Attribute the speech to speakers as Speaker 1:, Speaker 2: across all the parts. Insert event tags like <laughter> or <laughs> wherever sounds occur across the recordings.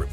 Speaker 1: Void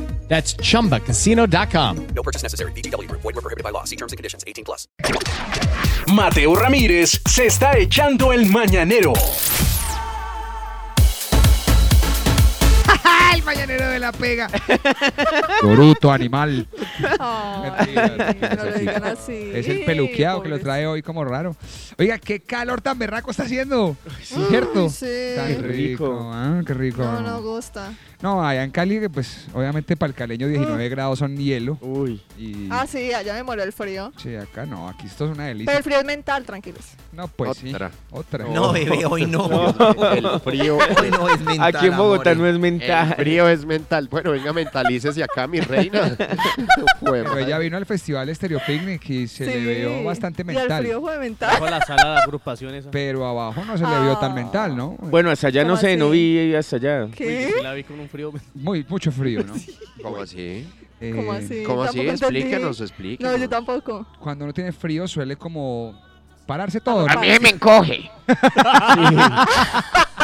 Speaker 2: That's chumbacasino.com.
Speaker 1: No purchase necessary. BGW. Void were prohibited by law. See terms and conditions. 18 plus.
Speaker 3: Mateo Ramírez se está echando el mañanero.
Speaker 4: El mañanero de
Speaker 5: <laughs>
Speaker 4: la pega.
Speaker 5: Bruto, animal.
Speaker 6: Ay, no lo digan así.
Speaker 5: Es el peluqueado que lo trae hoy como raro. Oiga, qué calor tan berraco está haciendo. ¿Cierto?
Speaker 6: Ay, sí.
Speaker 5: Tan rico, ah, qué rico.
Speaker 6: No, no gusta.
Speaker 5: No, allá en Cali, que, pues obviamente para el caleño 19 grados son hielo.
Speaker 7: Uy.
Speaker 5: Y,
Speaker 6: Ah, sí, allá me murió el frío.
Speaker 5: Sí, acá no, aquí esto es una
Speaker 6: Pero
Speaker 5: delicia.
Speaker 6: el frío es mental, tranquilos.
Speaker 5: No, pues
Speaker 8: Otra.
Speaker 5: sí. Otra.
Speaker 4: No, bebé, hoy no.
Speaker 7: El frío.
Speaker 4: Hoy no es mental.
Speaker 8: Aquí en Bogotá
Speaker 4: amores.
Speaker 8: no es
Speaker 7: El
Speaker 8: mental.
Speaker 7: frío es mental. Bueno, venga, mentalices acá, mi reina. Jue
Speaker 5: Pero
Speaker 7: madre.
Speaker 5: ella vino al festival Estéreo Picnic y se
Speaker 6: Sí.
Speaker 5: le vio bastante
Speaker 6: Y el
Speaker 5: mental.
Speaker 6: frío fue mental.
Speaker 9: la sala de agrupación esa.
Speaker 5: Pero abajo no se le vio tan
Speaker 6: Ah.
Speaker 5: mental, ¿no?
Speaker 8: Bueno, hasta allá no
Speaker 6: ¿Cómo
Speaker 8: sé, no
Speaker 6: así?
Speaker 8: vi hasta allá.
Speaker 6: ¿Qué?
Speaker 9: la vi con un frío.
Speaker 5: Muy, mucho frío, ¿no?
Speaker 7: ¿Cómo así?
Speaker 6: ¿Cómo
Speaker 5: Eh,
Speaker 6: así?
Speaker 7: ¿Cómo así?
Speaker 6: Tampoco entendí.
Speaker 7: Explíquenos,
Speaker 6: No,
Speaker 7: explíquenos.
Speaker 6: yo tampoco.
Speaker 5: cuando uno tiene frío suele como pararse todo, ¿no?
Speaker 6: A mí me
Speaker 7: encoge.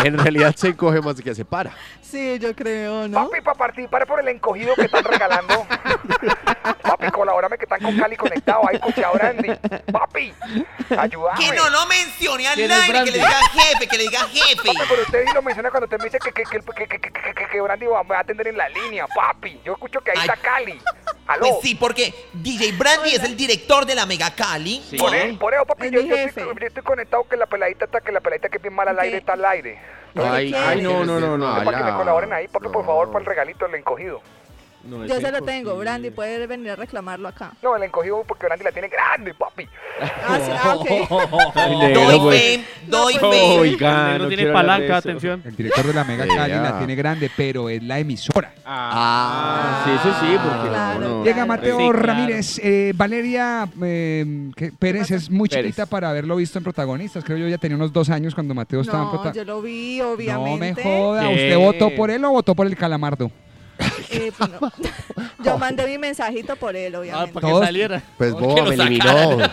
Speaker 7: En realidad se encoge más que se para.
Speaker 6: Sí, yo creo, ¿no?
Speaker 10: para participar por el encogido que están regalando. Papi, colabórame que están con Cali conectado. Ahí escuché a Brandy. Papi, ayúdame.
Speaker 4: Que no, no mencione al
Speaker 9: ¿Quién es
Speaker 4: aire, que le
Speaker 9: Brandy?
Speaker 4: diga jefe, que le diga
Speaker 5: <laughs>
Speaker 4: jefe.
Speaker 10: Pero usted sí lo menciona cuando usted me dice que, que, que, que, que, que, que- que- que Brandy va, me va a atender en la línea, papi. Yo escucho que ahí está
Speaker 4: Ay.
Speaker 10: Cali. Aló.
Speaker 4: Pues sí, porque DJ Brandy es el director de la Mega Cali.
Speaker 10: Por, e- por eso, papi,
Speaker 6: Es
Speaker 10: yo,
Speaker 6: mi
Speaker 10: yo estoy,
Speaker 6: jefe.
Speaker 10: yo estoy conectado que la peladita está, que la peladita que es bien mal al
Speaker 6: Ok.
Speaker 10: aire está al aire.
Speaker 6: Ay,
Speaker 8: Ay, ay, no, no, no, no.
Speaker 10: Para que me
Speaker 8: ala.
Speaker 10: colaboren ahí, papi, por
Speaker 8: No.
Speaker 10: favor, para el regalito del encogido.
Speaker 8: No,
Speaker 6: Yo
Speaker 8: es
Speaker 6: se lo tengo,
Speaker 8: imposible.
Speaker 6: Brandy, puede venir a reclamarlo acá.
Speaker 10: No, el encogido porque Brandy la tiene grande, papi.
Speaker 6: Ah, sí,
Speaker 8: Oh.
Speaker 6: ah, ok.
Speaker 8: Ay,
Speaker 4: Doy
Speaker 8: negro, pues.
Speaker 4: fe, doy
Speaker 6: No, pues,
Speaker 4: fe.
Speaker 8: Oiga,
Speaker 9: no tiene
Speaker 8: quiero hablar de
Speaker 9: palanca,
Speaker 8: eso.
Speaker 9: atención.
Speaker 5: El director de la Mega
Speaker 7: Ya.
Speaker 5: Cali la tiene grande, pero es la emisora.
Speaker 8: Ah, sí, eso sí, porque
Speaker 6: Claro,
Speaker 8: no, no.
Speaker 5: Llega
Speaker 6: claro.
Speaker 5: Mateo
Speaker 9: Sí, claro.
Speaker 5: Ramírez. eh, Valeria eh, que- Pérez es muy
Speaker 8: Pérez.
Speaker 5: chiquita para haberlo visto en protagonistas. Creo yo ya tenía unos dos años cuando Mateo estaba en
Speaker 6: No, yo
Speaker 5: protagonistas.
Speaker 6: lo vi,
Speaker 5: pues, No me
Speaker 6: obviamente.
Speaker 5: joda,
Speaker 8: ¿Qué?
Speaker 5: ¿usted votó por él o votó por el calamardo?
Speaker 6: Eh, pues,
Speaker 5: <laughs>
Speaker 6: no. yo mandé mi mensajito por él,
Speaker 8: Ah,
Speaker 6: obviamente.
Speaker 5: Todos-
Speaker 9: saliera.
Speaker 7: Pues
Speaker 9: Porque
Speaker 7: boba,
Speaker 9: lo
Speaker 7: me
Speaker 9: sacaran.
Speaker 7: eliminó.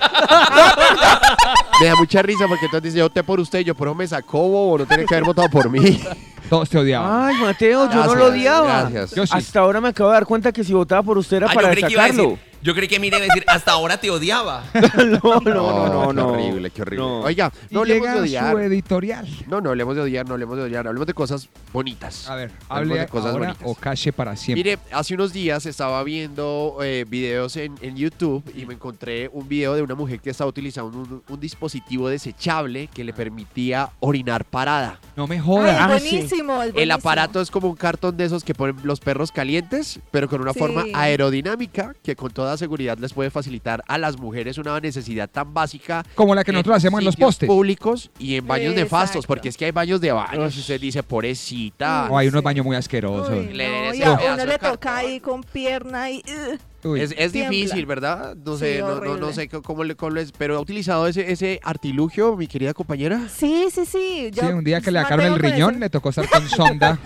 Speaker 7: me da mucha risa porque entonces dice, yo voté por usted, y yo, pero me sacó, bobo, no tiene que haber votado por mí.
Speaker 5: Todos te
Speaker 7: Ah,
Speaker 5: odiaban.
Speaker 8: Ay, Mateo, yo no
Speaker 7: Gracias,
Speaker 8: lo odiaba.
Speaker 7: Gracias.
Speaker 5: Yo sí.
Speaker 8: Hasta ahora me acabo de dar cuenta que si votaba por usted era
Speaker 4: Ah, yo
Speaker 8: para
Speaker 4: creí que iba a decir,
Speaker 8: sacarlo.
Speaker 4: yo creí que me iba a decir, hasta ahora te odiaba.
Speaker 8: <laughs> No, no, no, no,
Speaker 7: qué
Speaker 8: no.
Speaker 7: horrible, qué horrible.
Speaker 8: No.
Speaker 7: Oiga,
Speaker 5: Y
Speaker 7: no hablemos de
Speaker 5: llega su
Speaker 7: odiar.
Speaker 5: editorial.
Speaker 7: No, no hablemos de odiar, no hablemos de odiar, hablemos de cosas bonitas.
Speaker 5: A ver,
Speaker 7: Hablemos
Speaker 5: hable
Speaker 7: de cosas
Speaker 5: ahora
Speaker 7: bonitas.
Speaker 5: o calle para siempre.
Speaker 7: Mire, hace unos días estaba viendo eh, videos en, en YouTube y me encontré un video de una mujer que estaba utilizando un, un dispositivo desechable que le permitía orinar parada.
Speaker 5: No me
Speaker 6: Ay,
Speaker 5: joda.
Speaker 6: es
Speaker 8: Ah, sí.
Speaker 6: buenísimo, es
Speaker 7: El
Speaker 6: buenísimo.
Speaker 7: aparato es como un cartón de esos que ponen los perros calientes, pero con una
Speaker 6: Sí.
Speaker 7: forma aerodinámica que con toda seguridad les puede facilitar a las mujeres una necesidad tan básica
Speaker 5: Como la que nosotros hacemos en los
Speaker 7: sitios
Speaker 5: postes.
Speaker 7: públicos y en baños nefastos,
Speaker 6: Exacto.
Speaker 7: porque es que hay baños de baños y usted dice, pobrecita.
Speaker 5: O hay unos
Speaker 6: Sí.
Speaker 5: baños muy asquerosos.
Speaker 6: Uy,
Speaker 7: Le
Speaker 6: no,
Speaker 7: des
Speaker 6: y
Speaker 7: ese
Speaker 6: a
Speaker 7: pedazo
Speaker 6: uno
Speaker 7: de
Speaker 6: le toca
Speaker 7: cartón.
Speaker 6: ahí con pierna y... uh. ugh.
Speaker 5: Uy.
Speaker 7: Es, es
Speaker 6: Tiembla.
Speaker 7: difícil, ¿verdad? No sé,
Speaker 6: Sí,
Speaker 7: no, no, no
Speaker 6: horrible.
Speaker 7: sé c- cómo le, cómo les- pero ha utilizado ese, ese artilugio, mi querida compañera.
Speaker 6: Sí, sí,
Speaker 5: Sí,
Speaker 6: sí. yo
Speaker 5: un día que le sacaron el
Speaker 6: mantengo con
Speaker 5: riñón,
Speaker 6: ese-
Speaker 5: le tocó estar con
Speaker 6: <laughs>
Speaker 5: sonda.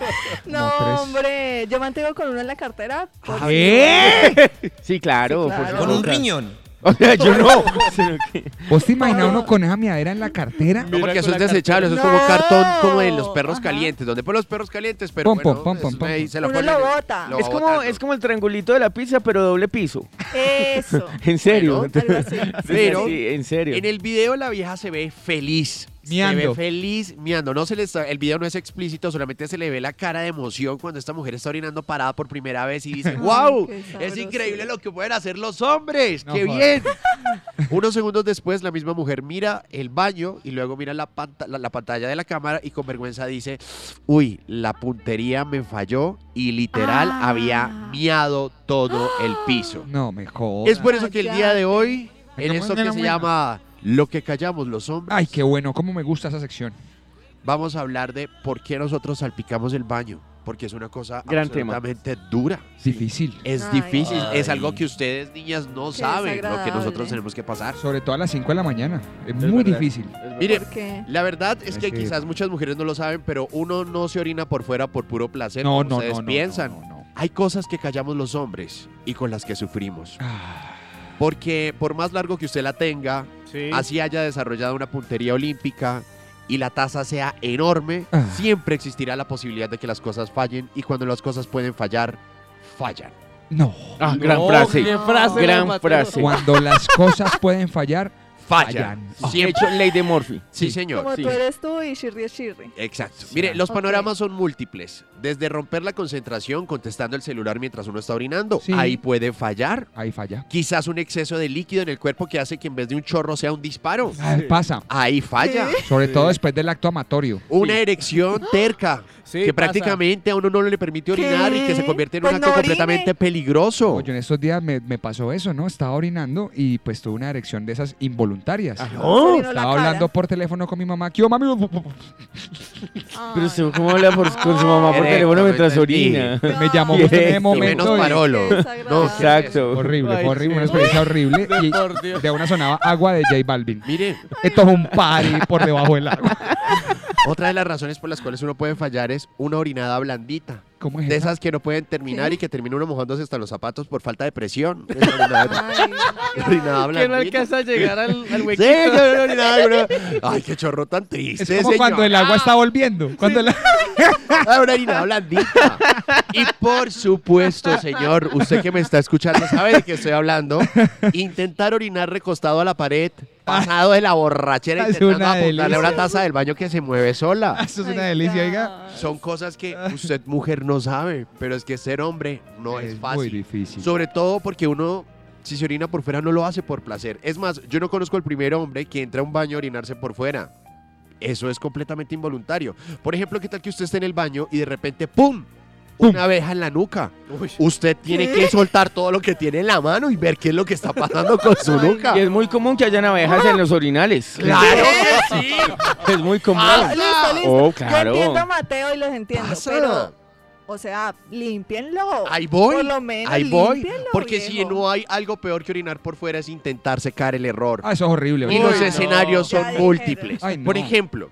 Speaker 5: Como
Speaker 6: No,
Speaker 5: tres.
Speaker 6: hombre, yo mantengo con uno en la cartera. por-
Speaker 8: Sí,
Speaker 6: Sí, claro.
Speaker 8: claro.
Speaker 7: <laughs>
Speaker 8: por
Speaker 4: Con un
Speaker 8: supuesto.
Speaker 4: riñón.
Speaker 8: O sea,
Speaker 6: <laughs>
Speaker 8: yo no. sino que-
Speaker 5: ¿Vos te imaginas uno con esa miadera en la cartera?
Speaker 7: No, porque
Speaker 9: Mira
Speaker 7: eso
Speaker 9: con
Speaker 7: es
Speaker 9: la
Speaker 7: desechable, eso es
Speaker 6: cartera.
Speaker 7: como cartón como de
Speaker 6: No,
Speaker 7: los perros
Speaker 6: ajá.
Speaker 7: calientes, donde ponen los perros calientes, pero
Speaker 5: Pom, pom,
Speaker 7: bueno,
Speaker 5: pom,
Speaker 7: es-
Speaker 5: pom, pom.
Speaker 7: ahí se la
Speaker 6: Uno
Speaker 7: ponen
Speaker 6: lo
Speaker 7: y-
Speaker 6: bota.
Speaker 7: lo va
Speaker 8: Es como,
Speaker 7: botando.
Speaker 8: es como el triangulito de la pizza, pero doble piso. <laughs>
Speaker 6: Eso.
Speaker 8: En serio.
Speaker 7: Bueno,
Speaker 6: algo así.
Speaker 7: Pero-
Speaker 8: <laughs> sí, en serio.
Speaker 7: En el video la vieja se ve feliz. Se ve
Speaker 5: Miando.
Speaker 7: feliz miando. No se le está- el video no es explícito, solamente se le ve la cara de emoción cuando esta mujer está orinando parada
Speaker 8: <laughs>
Speaker 7: por primera vez y dice,
Speaker 6: Ay,
Speaker 7: wow,
Speaker 6: qué
Speaker 7: es
Speaker 6: sabroso".
Speaker 7: increíble lo que pueden hacer los hombres.
Speaker 5: No
Speaker 8: <laughs>
Speaker 7: ¡Qué
Speaker 5: jodas.
Speaker 7: bien! Unos segundos después, la misma mujer mira el baño y luego mira la, panta- la- la pantalla de la cámara y con vergüenza dice, uy, la puntería me falló y literal
Speaker 6: Ah.
Speaker 7: había miado todo el piso.
Speaker 5: No, mejor.
Speaker 7: Es por eso que el día de hoy,
Speaker 5: Ay,
Speaker 7: en
Speaker 5: qué
Speaker 7: esto que
Speaker 5: buena,
Speaker 7: se
Speaker 5: buena.
Speaker 7: llama Lo que callamos los hombres,
Speaker 5: Ay, qué bueno, cómo me gusta esa sección.
Speaker 7: vamos a hablar de por qué nosotros salpicamos el baño. Porque es una cosa
Speaker 8: Gran tema.
Speaker 7: absolutamente dura.
Speaker 5: Difícil.
Speaker 7: Es
Speaker 6: Ay.
Speaker 7: difícil, es
Speaker 4: Ay.
Speaker 7: algo que ustedes niñas no
Speaker 6: Qué
Speaker 7: saben lo que
Speaker 6: desagradable.
Speaker 7: nosotros tenemos que pasar.
Speaker 5: Sobre todo a las 5 de la mañana. Es, muy
Speaker 9: verdad.
Speaker 5: difícil.
Speaker 7: Mire, <laughs>
Speaker 6: Porque
Speaker 7: la verdad es que
Speaker 5: Es que-
Speaker 7: quizás muchas mujeres no lo saben, pero uno no se orina por fuera por puro placer,
Speaker 5: No,
Speaker 7: como
Speaker 5: no,
Speaker 7: pues, ustedes
Speaker 5: no, no,
Speaker 7: piensan.
Speaker 5: no, no, no.
Speaker 7: Hay cosas que callamos los hombres y con las que sufrimos.
Speaker 5: Ah,
Speaker 7: Porque por más largo que usted la tenga,
Speaker 9: Sí.
Speaker 7: así haya desarrollado una puntería olímpica y la tasa sea enorme,
Speaker 5: Ah.
Speaker 7: siempre existirá la posibilidad de que las cosas fallen y cuando las cosas pueden fallar, fallan.
Speaker 5: no.
Speaker 8: Ah, gran frase.
Speaker 9: qué frase,
Speaker 8: Gran
Speaker 9: Mateo.
Speaker 8: frase.
Speaker 5: Cuando las cosas pueden fallar,
Speaker 7: Fallan.
Speaker 5: Fallan.
Speaker 7: Siempre.
Speaker 8: Hecho ley de Murphy.
Speaker 7: Sí, señor.
Speaker 6: como
Speaker 8: sí.
Speaker 6: tú eres tú y Shirri es Shirri.
Speaker 7: Exacto. Mire, los
Speaker 6: Ok.
Speaker 7: panoramas son múltiples. Desde romper la concentración contestando el celular mientras uno está orinando,
Speaker 5: Sí.
Speaker 7: ahí puede fallar.
Speaker 5: ahí falla.
Speaker 7: Quizás un exceso de líquido en el cuerpo que hace que en vez de un chorro sea un disparo.
Speaker 5: Ah, Pasa.
Speaker 7: Ahí falla.
Speaker 5: Sobre todo después del acto amatorio.
Speaker 7: Una erección terca
Speaker 9: Sí,
Speaker 7: que
Speaker 9: pasa.
Speaker 7: prácticamente a uno no le permite orinar y que se
Speaker 6: ¿Qué?
Speaker 7: convierte en
Speaker 6: Pues
Speaker 7: un
Speaker 6: no
Speaker 7: acto
Speaker 6: orine.
Speaker 7: completamente peligroso.
Speaker 5: Oye, en estos días me, me pasó eso, ¿no? Estaba orinando y pues tuve una erección de esas involuntarias.
Speaker 8: Oh,
Speaker 6: Se vino la
Speaker 5: Estaba
Speaker 6: cara.
Speaker 5: hablando por teléfono con mi mamá. ¿Qué, hubo, mami?
Speaker 8: Pero usted, ¿cómo habla por- con su mamá por
Speaker 7: Correcto,
Speaker 8: teléfono
Speaker 7: no
Speaker 8: mientras
Speaker 7: entendí.
Speaker 8: orina?
Speaker 5: Me llamó
Speaker 8: Yes.
Speaker 5: justo en ese
Speaker 8: Y
Speaker 5: momento.
Speaker 7: menos
Speaker 5: y-
Speaker 7: paró. Parolo.
Speaker 6: Qué desagradable.
Speaker 8: Exacto.
Speaker 5: Horrible,
Speaker 9: Ay,
Speaker 5: fue
Speaker 9: sí.
Speaker 5: horrible, una experiencia horrible. Y
Speaker 9: Por Dios.
Speaker 5: de una sonaba agua de J Balvin.
Speaker 7: Mire,
Speaker 5: <laughs> Esto es un party por debajo del agua.
Speaker 7: otra de las razones por las cuales uno puede fallar es una orinada blandita.
Speaker 5: ¿Cómo es
Speaker 7: De
Speaker 5: eso?
Speaker 7: esas que no pueden terminar
Speaker 6: ¿Qué?
Speaker 7: y que termina uno mojándose hasta los zapatos por falta de presión. Esa orinada-
Speaker 6: Ay,
Speaker 7: orinada
Speaker 9: Que no
Speaker 7: blandita.
Speaker 9: alcanza a llegar al, al
Speaker 7: Sí,
Speaker 9: huequito.
Speaker 7: no, no, ni nada, no. Ay, qué chorro tan triste.
Speaker 5: Es como
Speaker 7: señor.
Speaker 5: cuando el agua está volviendo. Cuando la-
Speaker 7: Ah, una harina blandita. Y por supuesto, señor, usted que me está escuchando sabe de qué estoy hablando. Intentar orinar recostado a la pared, pasado de la borrachera,
Speaker 5: Es
Speaker 7: intentando
Speaker 5: una
Speaker 7: apuntarle a una
Speaker 5: delicia.
Speaker 7: taza del baño que se mueve sola.
Speaker 5: <laughs> Eso es
Speaker 6: ay,
Speaker 5: una delicia,
Speaker 6: God.
Speaker 5: oiga.
Speaker 7: Son cosas que usted, mujer, no sabe, pero es que ser hombre no es
Speaker 5: muy
Speaker 7: fácil.
Speaker 5: difícil.
Speaker 7: Sobre todo porque uno, si se orina por fuera, no lo hace por placer. Es más, yo no conozco el primer hombre que entra a un baño a orinarse por fuera. Eso es completamente involuntario. Por ejemplo, ¿qué tal que usted esté en el baño y de repente, ¡pum! Una abeja en la nuca.
Speaker 9: Uy.
Speaker 7: Usted tiene que soltar todo lo que tiene en la mano y ver qué es lo que está pasando con su nuca.
Speaker 8: <laughs> Y es muy común que hayan abejas en los orinales.
Speaker 7: ¡Claro que sí!
Speaker 8: Es muy común.
Speaker 6: Ah, listo, listo.
Speaker 8: Oh,
Speaker 6: Yo
Speaker 8: claro.
Speaker 6: entiendo a Mateo y los entiendo,
Speaker 7: Pasa.
Speaker 6: pero, o sea, límpienlo.
Speaker 7: Ahí voy.
Speaker 6: Por lo menos
Speaker 7: Ahí voy.
Speaker 6: límpienlo,
Speaker 7: Porque si
Speaker 6: viejo.
Speaker 7: no hay algo peor que orinar por fuera es intentar secar el error.
Speaker 5: Ah, eso es horrible.
Speaker 7: Y
Speaker 5: ¿verdad?
Speaker 7: los
Speaker 9: no.
Speaker 7: escenarios
Speaker 6: Ya
Speaker 7: son
Speaker 6: dijeron.
Speaker 7: múltiples.
Speaker 5: Ay, no.
Speaker 7: Por ejemplo,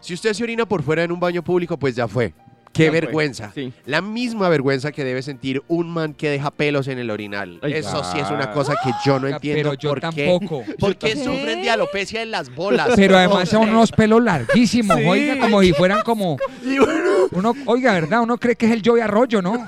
Speaker 7: si usted se orina por fuera en un baño público, pues ya fue. Qué
Speaker 8: Ya fue.
Speaker 7: vergüenza.
Speaker 8: Sí.
Speaker 7: La misma vergüenza que debe sentir un man que deja pelos en el orinal.
Speaker 8: Ay,
Speaker 7: Eso sí es una
Speaker 8: claro.
Speaker 7: cosa que yo no
Speaker 5: Oiga,
Speaker 7: entiendo.
Speaker 5: Pero yo
Speaker 7: por qué.
Speaker 5: tampoco.
Speaker 7: ¿Por qué
Speaker 6: tampoco.
Speaker 7: sufren de
Speaker 6: ¿Qué?
Speaker 7: alopecia en las bolas?
Speaker 5: Pero
Speaker 7: No
Speaker 5: además
Speaker 7: sé.
Speaker 5: son unos pelos larguísimos, oiga, como si fueran como.
Speaker 7: <laughs>
Speaker 5: Uno, oiga, ¿verdad? Uno cree que es el Joey Arroyo, ¿no? <laughs>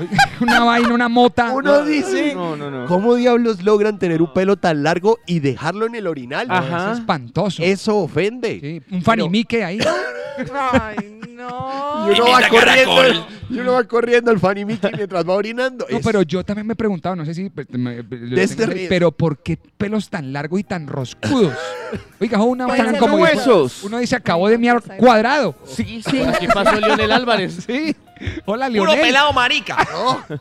Speaker 5: Oiga, Una vaina, una mota.
Speaker 7: Uno dice,
Speaker 8: No, no, no.
Speaker 7: ¿cómo diablos logran tener un pelo tan largo y dejarlo en el orinal?
Speaker 8: Ajá.
Speaker 5: Espantoso.
Speaker 7: Eso ofende.
Speaker 5: Sí, un fanimique ahí.
Speaker 7: <laughs>
Speaker 6: Ay, no. Oh
Speaker 7: Y uno, va corriendo, y uno va corriendo al Fanny Mickey mientras va orinando.
Speaker 5: No,
Speaker 7: Es- este
Speaker 5: pero yo también me he preguntado, no sé si. pues, me- lo
Speaker 7: Desde
Speaker 5: tengo ahí,
Speaker 7: arriba.
Speaker 5: pero ¿por qué pelos tan largos y tan roscudos? Oiga, una
Speaker 6: Pueden
Speaker 5: vaina
Speaker 6: ser
Speaker 5: como.
Speaker 6: los
Speaker 5: dice-
Speaker 8: huesos.
Speaker 5: Uno dice, acabo de mirar cuadrado. <laughs>
Speaker 8: Sí, sí.
Speaker 9: ¿Qué pasó Leonel Álvarez?
Speaker 5: Sí. Hola,
Speaker 4: Puro
Speaker 5: Leonel.
Speaker 4: pelado marica.
Speaker 8: <laughs>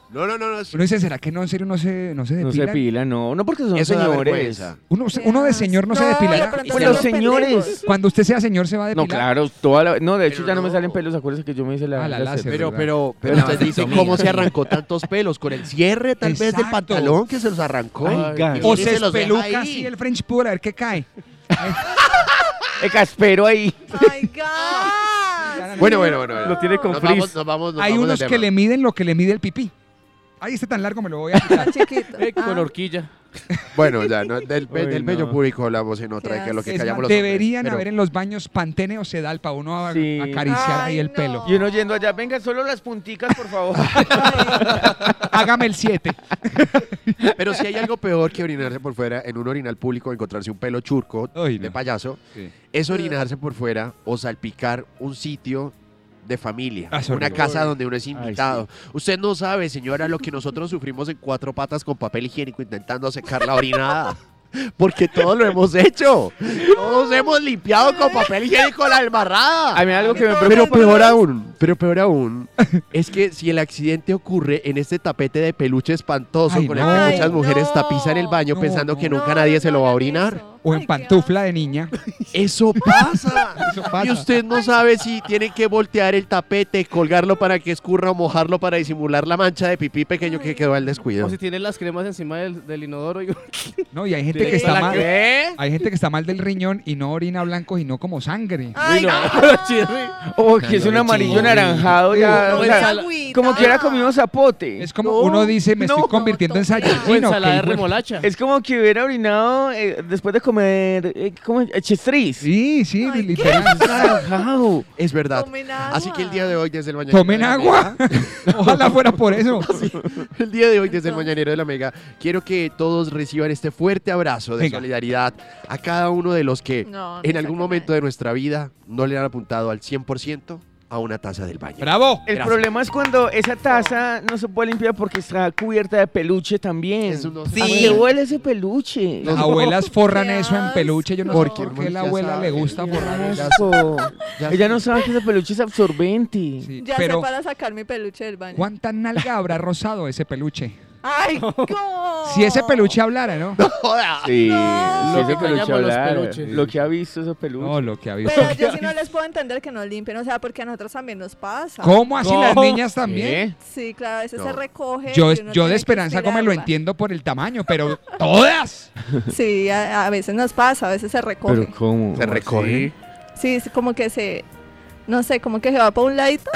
Speaker 7: No, no, no, no. no, es-
Speaker 5: Uno dice, ¿será que no en serio no se, no se
Speaker 8: No
Speaker 5: depila?
Speaker 8: se pila, no. No porque son
Speaker 7: Eso da
Speaker 8: señores.
Speaker 7: vergüenza.
Speaker 5: Uno, uno de señor no, se depilará.
Speaker 6: de pronto
Speaker 8: Pues
Speaker 6: son
Speaker 8: los señores.
Speaker 5: Cuando usted sea señor, se va a
Speaker 8: No,
Speaker 5: depilar.
Speaker 8: claro, toda la... No, de hecho
Speaker 7: Pero
Speaker 8: ya no. me
Speaker 7: no.
Speaker 8: salen pelos, acuérdese que yo me hice la,
Speaker 5: Ah, la láser.
Speaker 7: Pero,
Speaker 5: ¿verdad?
Speaker 7: pero, pero
Speaker 5: La
Speaker 7: ustedes dicen
Speaker 5: vasectomía.
Speaker 7: cómo se arrancó tantos pelos, con el cierre tal vez del
Speaker 5: Exacto.
Speaker 7: pantalón que se los arrancó.
Speaker 8: Ay,
Speaker 7: Y
Speaker 8: gas.
Speaker 5: O
Speaker 7: usted
Speaker 5: se
Speaker 7: los deja
Speaker 5: espeluca
Speaker 7: ahí.
Speaker 5: así el French Poodle a ver qué
Speaker 7: <laughs>
Speaker 5: cae.
Speaker 8: El caspero ahí.
Speaker 6: Ay, God.
Speaker 7: Bueno, bueno, bueno. bueno.
Speaker 8: Lo tiene con
Speaker 7: Nos
Speaker 8: frizz.
Speaker 7: vamos, nos vamos, nos
Speaker 5: Hay
Speaker 7: vamos
Speaker 5: unos
Speaker 7: del
Speaker 5: que
Speaker 7: tema.
Speaker 5: le miden lo que le mide el pipí. Ay, este tan largo me lo voy a
Speaker 7: <laughs>
Speaker 5: quitar.
Speaker 6: Tan chiquito.
Speaker 9: Eh, con
Speaker 6: Ah.
Speaker 9: horquilla.
Speaker 7: Bueno, ya, no, del, pe-
Speaker 8: Uy,
Speaker 7: del bello
Speaker 8: no.
Speaker 7: público hablamos en otra,
Speaker 6: Qué
Speaker 7: que es lo que
Speaker 5: Es
Speaker 7: callamos
Speaker 5: más,
Speaker 7: los
Speaker 5: deberían
Speaker 7: hombres,
Speaker 5: haber
Speaker 7: pero-
Speaker 5: en los baños pantene o sedal para uno a-
Speaker 8: Sí.
Speaker 5: acariciar
Speaker 6: Ay,
Speaker 5: ahí el
Speaker 6: no.
Speaker 5: pelo.
Speaker 8: Y uno yendo allá, venga, solo las punticas, por favor. <laughs>
Speaker 5: Hágame el 7.
Speaker 7: Pero si hay algo peor que orinarse por fuera en un orinal público, encontrarse un pelo churco
Speaker 5: Ay,
Speaker 7: de
Speaker 5: no.
Speaker 7: payaso,
Speaker 5: Sí.
Speaker 7: es orinarse por fuera o salpicar un sitio de familia,
Speaker 5: Ah, es
Speaker 7: una
Speaker 5: horrible.
Speaker 7: casa donde uno es invitado. Usted no sabe, señora, lo que nosotros sufrimos en cuatro patas con papel higiénico intentando secar la orinada. Porque todos lo hemos hecho. Todos hemos limpiado con papel higiénico la albarrada.
Speaker 8: A mí algo que me preocupa.
Speaker 7: Pero peor aún, pero peor aún, es que si el accidente ocurre en este tapete de peluche espantoso
Speaker 5: Ay,
Speaker 7: con
Speaker 5: no.
Speaker 7: el que
Speaker 5: Ay,
Speaker 7: muchas mujeres
Speaker 6: no.
Speaker 7: tapizan el baño
Speaker 5: No,
Speaker 7: pensando
Speaker 5: no.
Speaker 7: que nunca nadie se lo va a orinar.
Speaker 5: O en pantufla de niña.
Speaker 7: Eso pasa.
Speaker 5: Eso pasa.
Speaker 7: Y usted no sabe si tiene que voltear el tapete, colgarlo para que escurra o mojarlo para disimular la mancha de pipí pequeño que quedó al descuido.
Speaker 9: O si tiene las cremas encima del, del inodoro. Y...
Speaker 5: No, y hay gente que
Speaker 9: ¿Te
Speaker 5: está
Speaker 9: la
Speaker 5: mal.
Speaker 9: cree?
Speaker 5: Hay gente que está mal del riñón y no orina blanco, sino como sangre.
Speaker 6: Ay,
Speaker 8: no.
Speaker 6: no.
Speaker 8: O Oh, que es un amarillo naranjado ya.
Speaker 9: No,
Speaker 8: o sea,
Speaker 9: esa-
Speaker 6: Agüita.
Speaker 8: como que hubiera comido zapote.
Speaker 5: Es como uno dice, me estoy
Speaker 8: no.
Speaker 5: convirtiendo en
Speaker 9: O
Speaker 5: Saiyajin.
Speaker 9: ensalada de
Speaker 5: ok, bueno.
Speaker 9: remolacha.
Speaker 8: Es como que hubiera orinado eh, después de comer eh, ¿cómo es? Eh, chestriz.
Speaker 5: Sí, sí,
Speaker 6: Ay,
Speaker 5: literal.
Speaker 8: Naranjado.
Speaker 7: Es verdad.
Speaker 6: Tomen agua.
Speaker 7: Así que el día de hoy desde el mañanero.
Speaker 5: Tomen
Speaker 7: de la
Speaker 5: agua. Ojalá fuera por eso.
Speaker 7: Mega, el día de hoy desde el mañanero de la Mega. Quiero que todos reciban este fuerte abrazo de
Speaker 5: Venga.
Speaker 7: solidaridad a cada uno de los que
Speaker 6: No, no
Speaker 7: en algún
Speaker 6: saquen
Speaker 7: momento
Speaker 6: nada.
Speaker 7: de nuestra vida no le han apuntado al 100% a una taza del baño.
Speaker 5: Bravo.
Speaker 8: El
Speaker 7: Gracias.
Speaker 8: problema es cuando esa taza no se puede limpiar porque está cubierta de peluche también.
Speaker 7: Eso no
Speaker 4: Sí.
Speaker 8: ¿A qué huele ese peluche?
Speaker 5: Las abuelas forran
Speaker 6: Qué
Speaker 5: eso en peluche. Yo no sé
Speaker 6: asco.
Speaker 5: por qué la
Speaker 7: Ya
Speaker 5: abuela le
Speaker 7: sabe,
Speaker 5: gusta
Speaker 7: ya
Speaker 5: forrar
Speaker 7: sabe.
Speaker 5: eso.
Speaker 8: Asco.
Speaker 7: Ya-
Speaker 8: Ella no sabe que ese peluche es absorbente.
Speaker 5: <laughs> Sí,
Speaker 6: Ya
Speaker 5: Pero,
Speaker 6: sé para sacar mi peluche del baño.
Speaker 5: ¿cuánta nalga habrá rozado ese peluche? <laughs>
Speaker 6: Ay, ¿cómo?
Speaker 5: Si ese peluche hablara, ¿no?
Speaker 7: Joda.
Speaker 8: Sí,
Speaker 6: No.
Speaker 8: sí, ese
Speaker 9: Lo que
Speaker 8: peluche
Speaker 9: callamos los
Speaker 8: hablar,
Speaker 9: peluches.
Speaker 8: Lo que ha visto ese peluche.
Speaker 5: No, lo que ha visto.
Speaker 6: Pero
Speaker 5: <laughs>
Speaker 6: yo sí no les puedo entender que nos limpien, o sea, porque a nosotros también nos pasa.
Speaker 5: ¿Cómo así las
Speaker 9: No.
Speaker 5: niñas también?
Speaker 6: Sí, claro, a veces
Speaker 7: No.
Speaker 6: se recoge.
Speaker 5: Yo,
Speaker 6: y
Speaker 5: es-
Speaker 6: uno
Speaker 5: yo
Speaker 6: tiene
Speaker 5: de
Speaker 6: que
Speaker 5: Esperanza Gómez lo
Speaker 6: esperarla.
Speaker 5: entiendo por el tamaño, pero todas.
Speaker 6: Sí, a, a veces nos pasa, a veces se recoge.
Speaker 8: cómo.
Speaker 7: Se recoge.
Speaker 6: Sí, es como que se, no sé, como que se va para un ladito.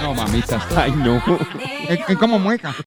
Speaker 5: No, mamita.
Speaker 8: Ay, no.
Speaker 5: Es, es como mueca.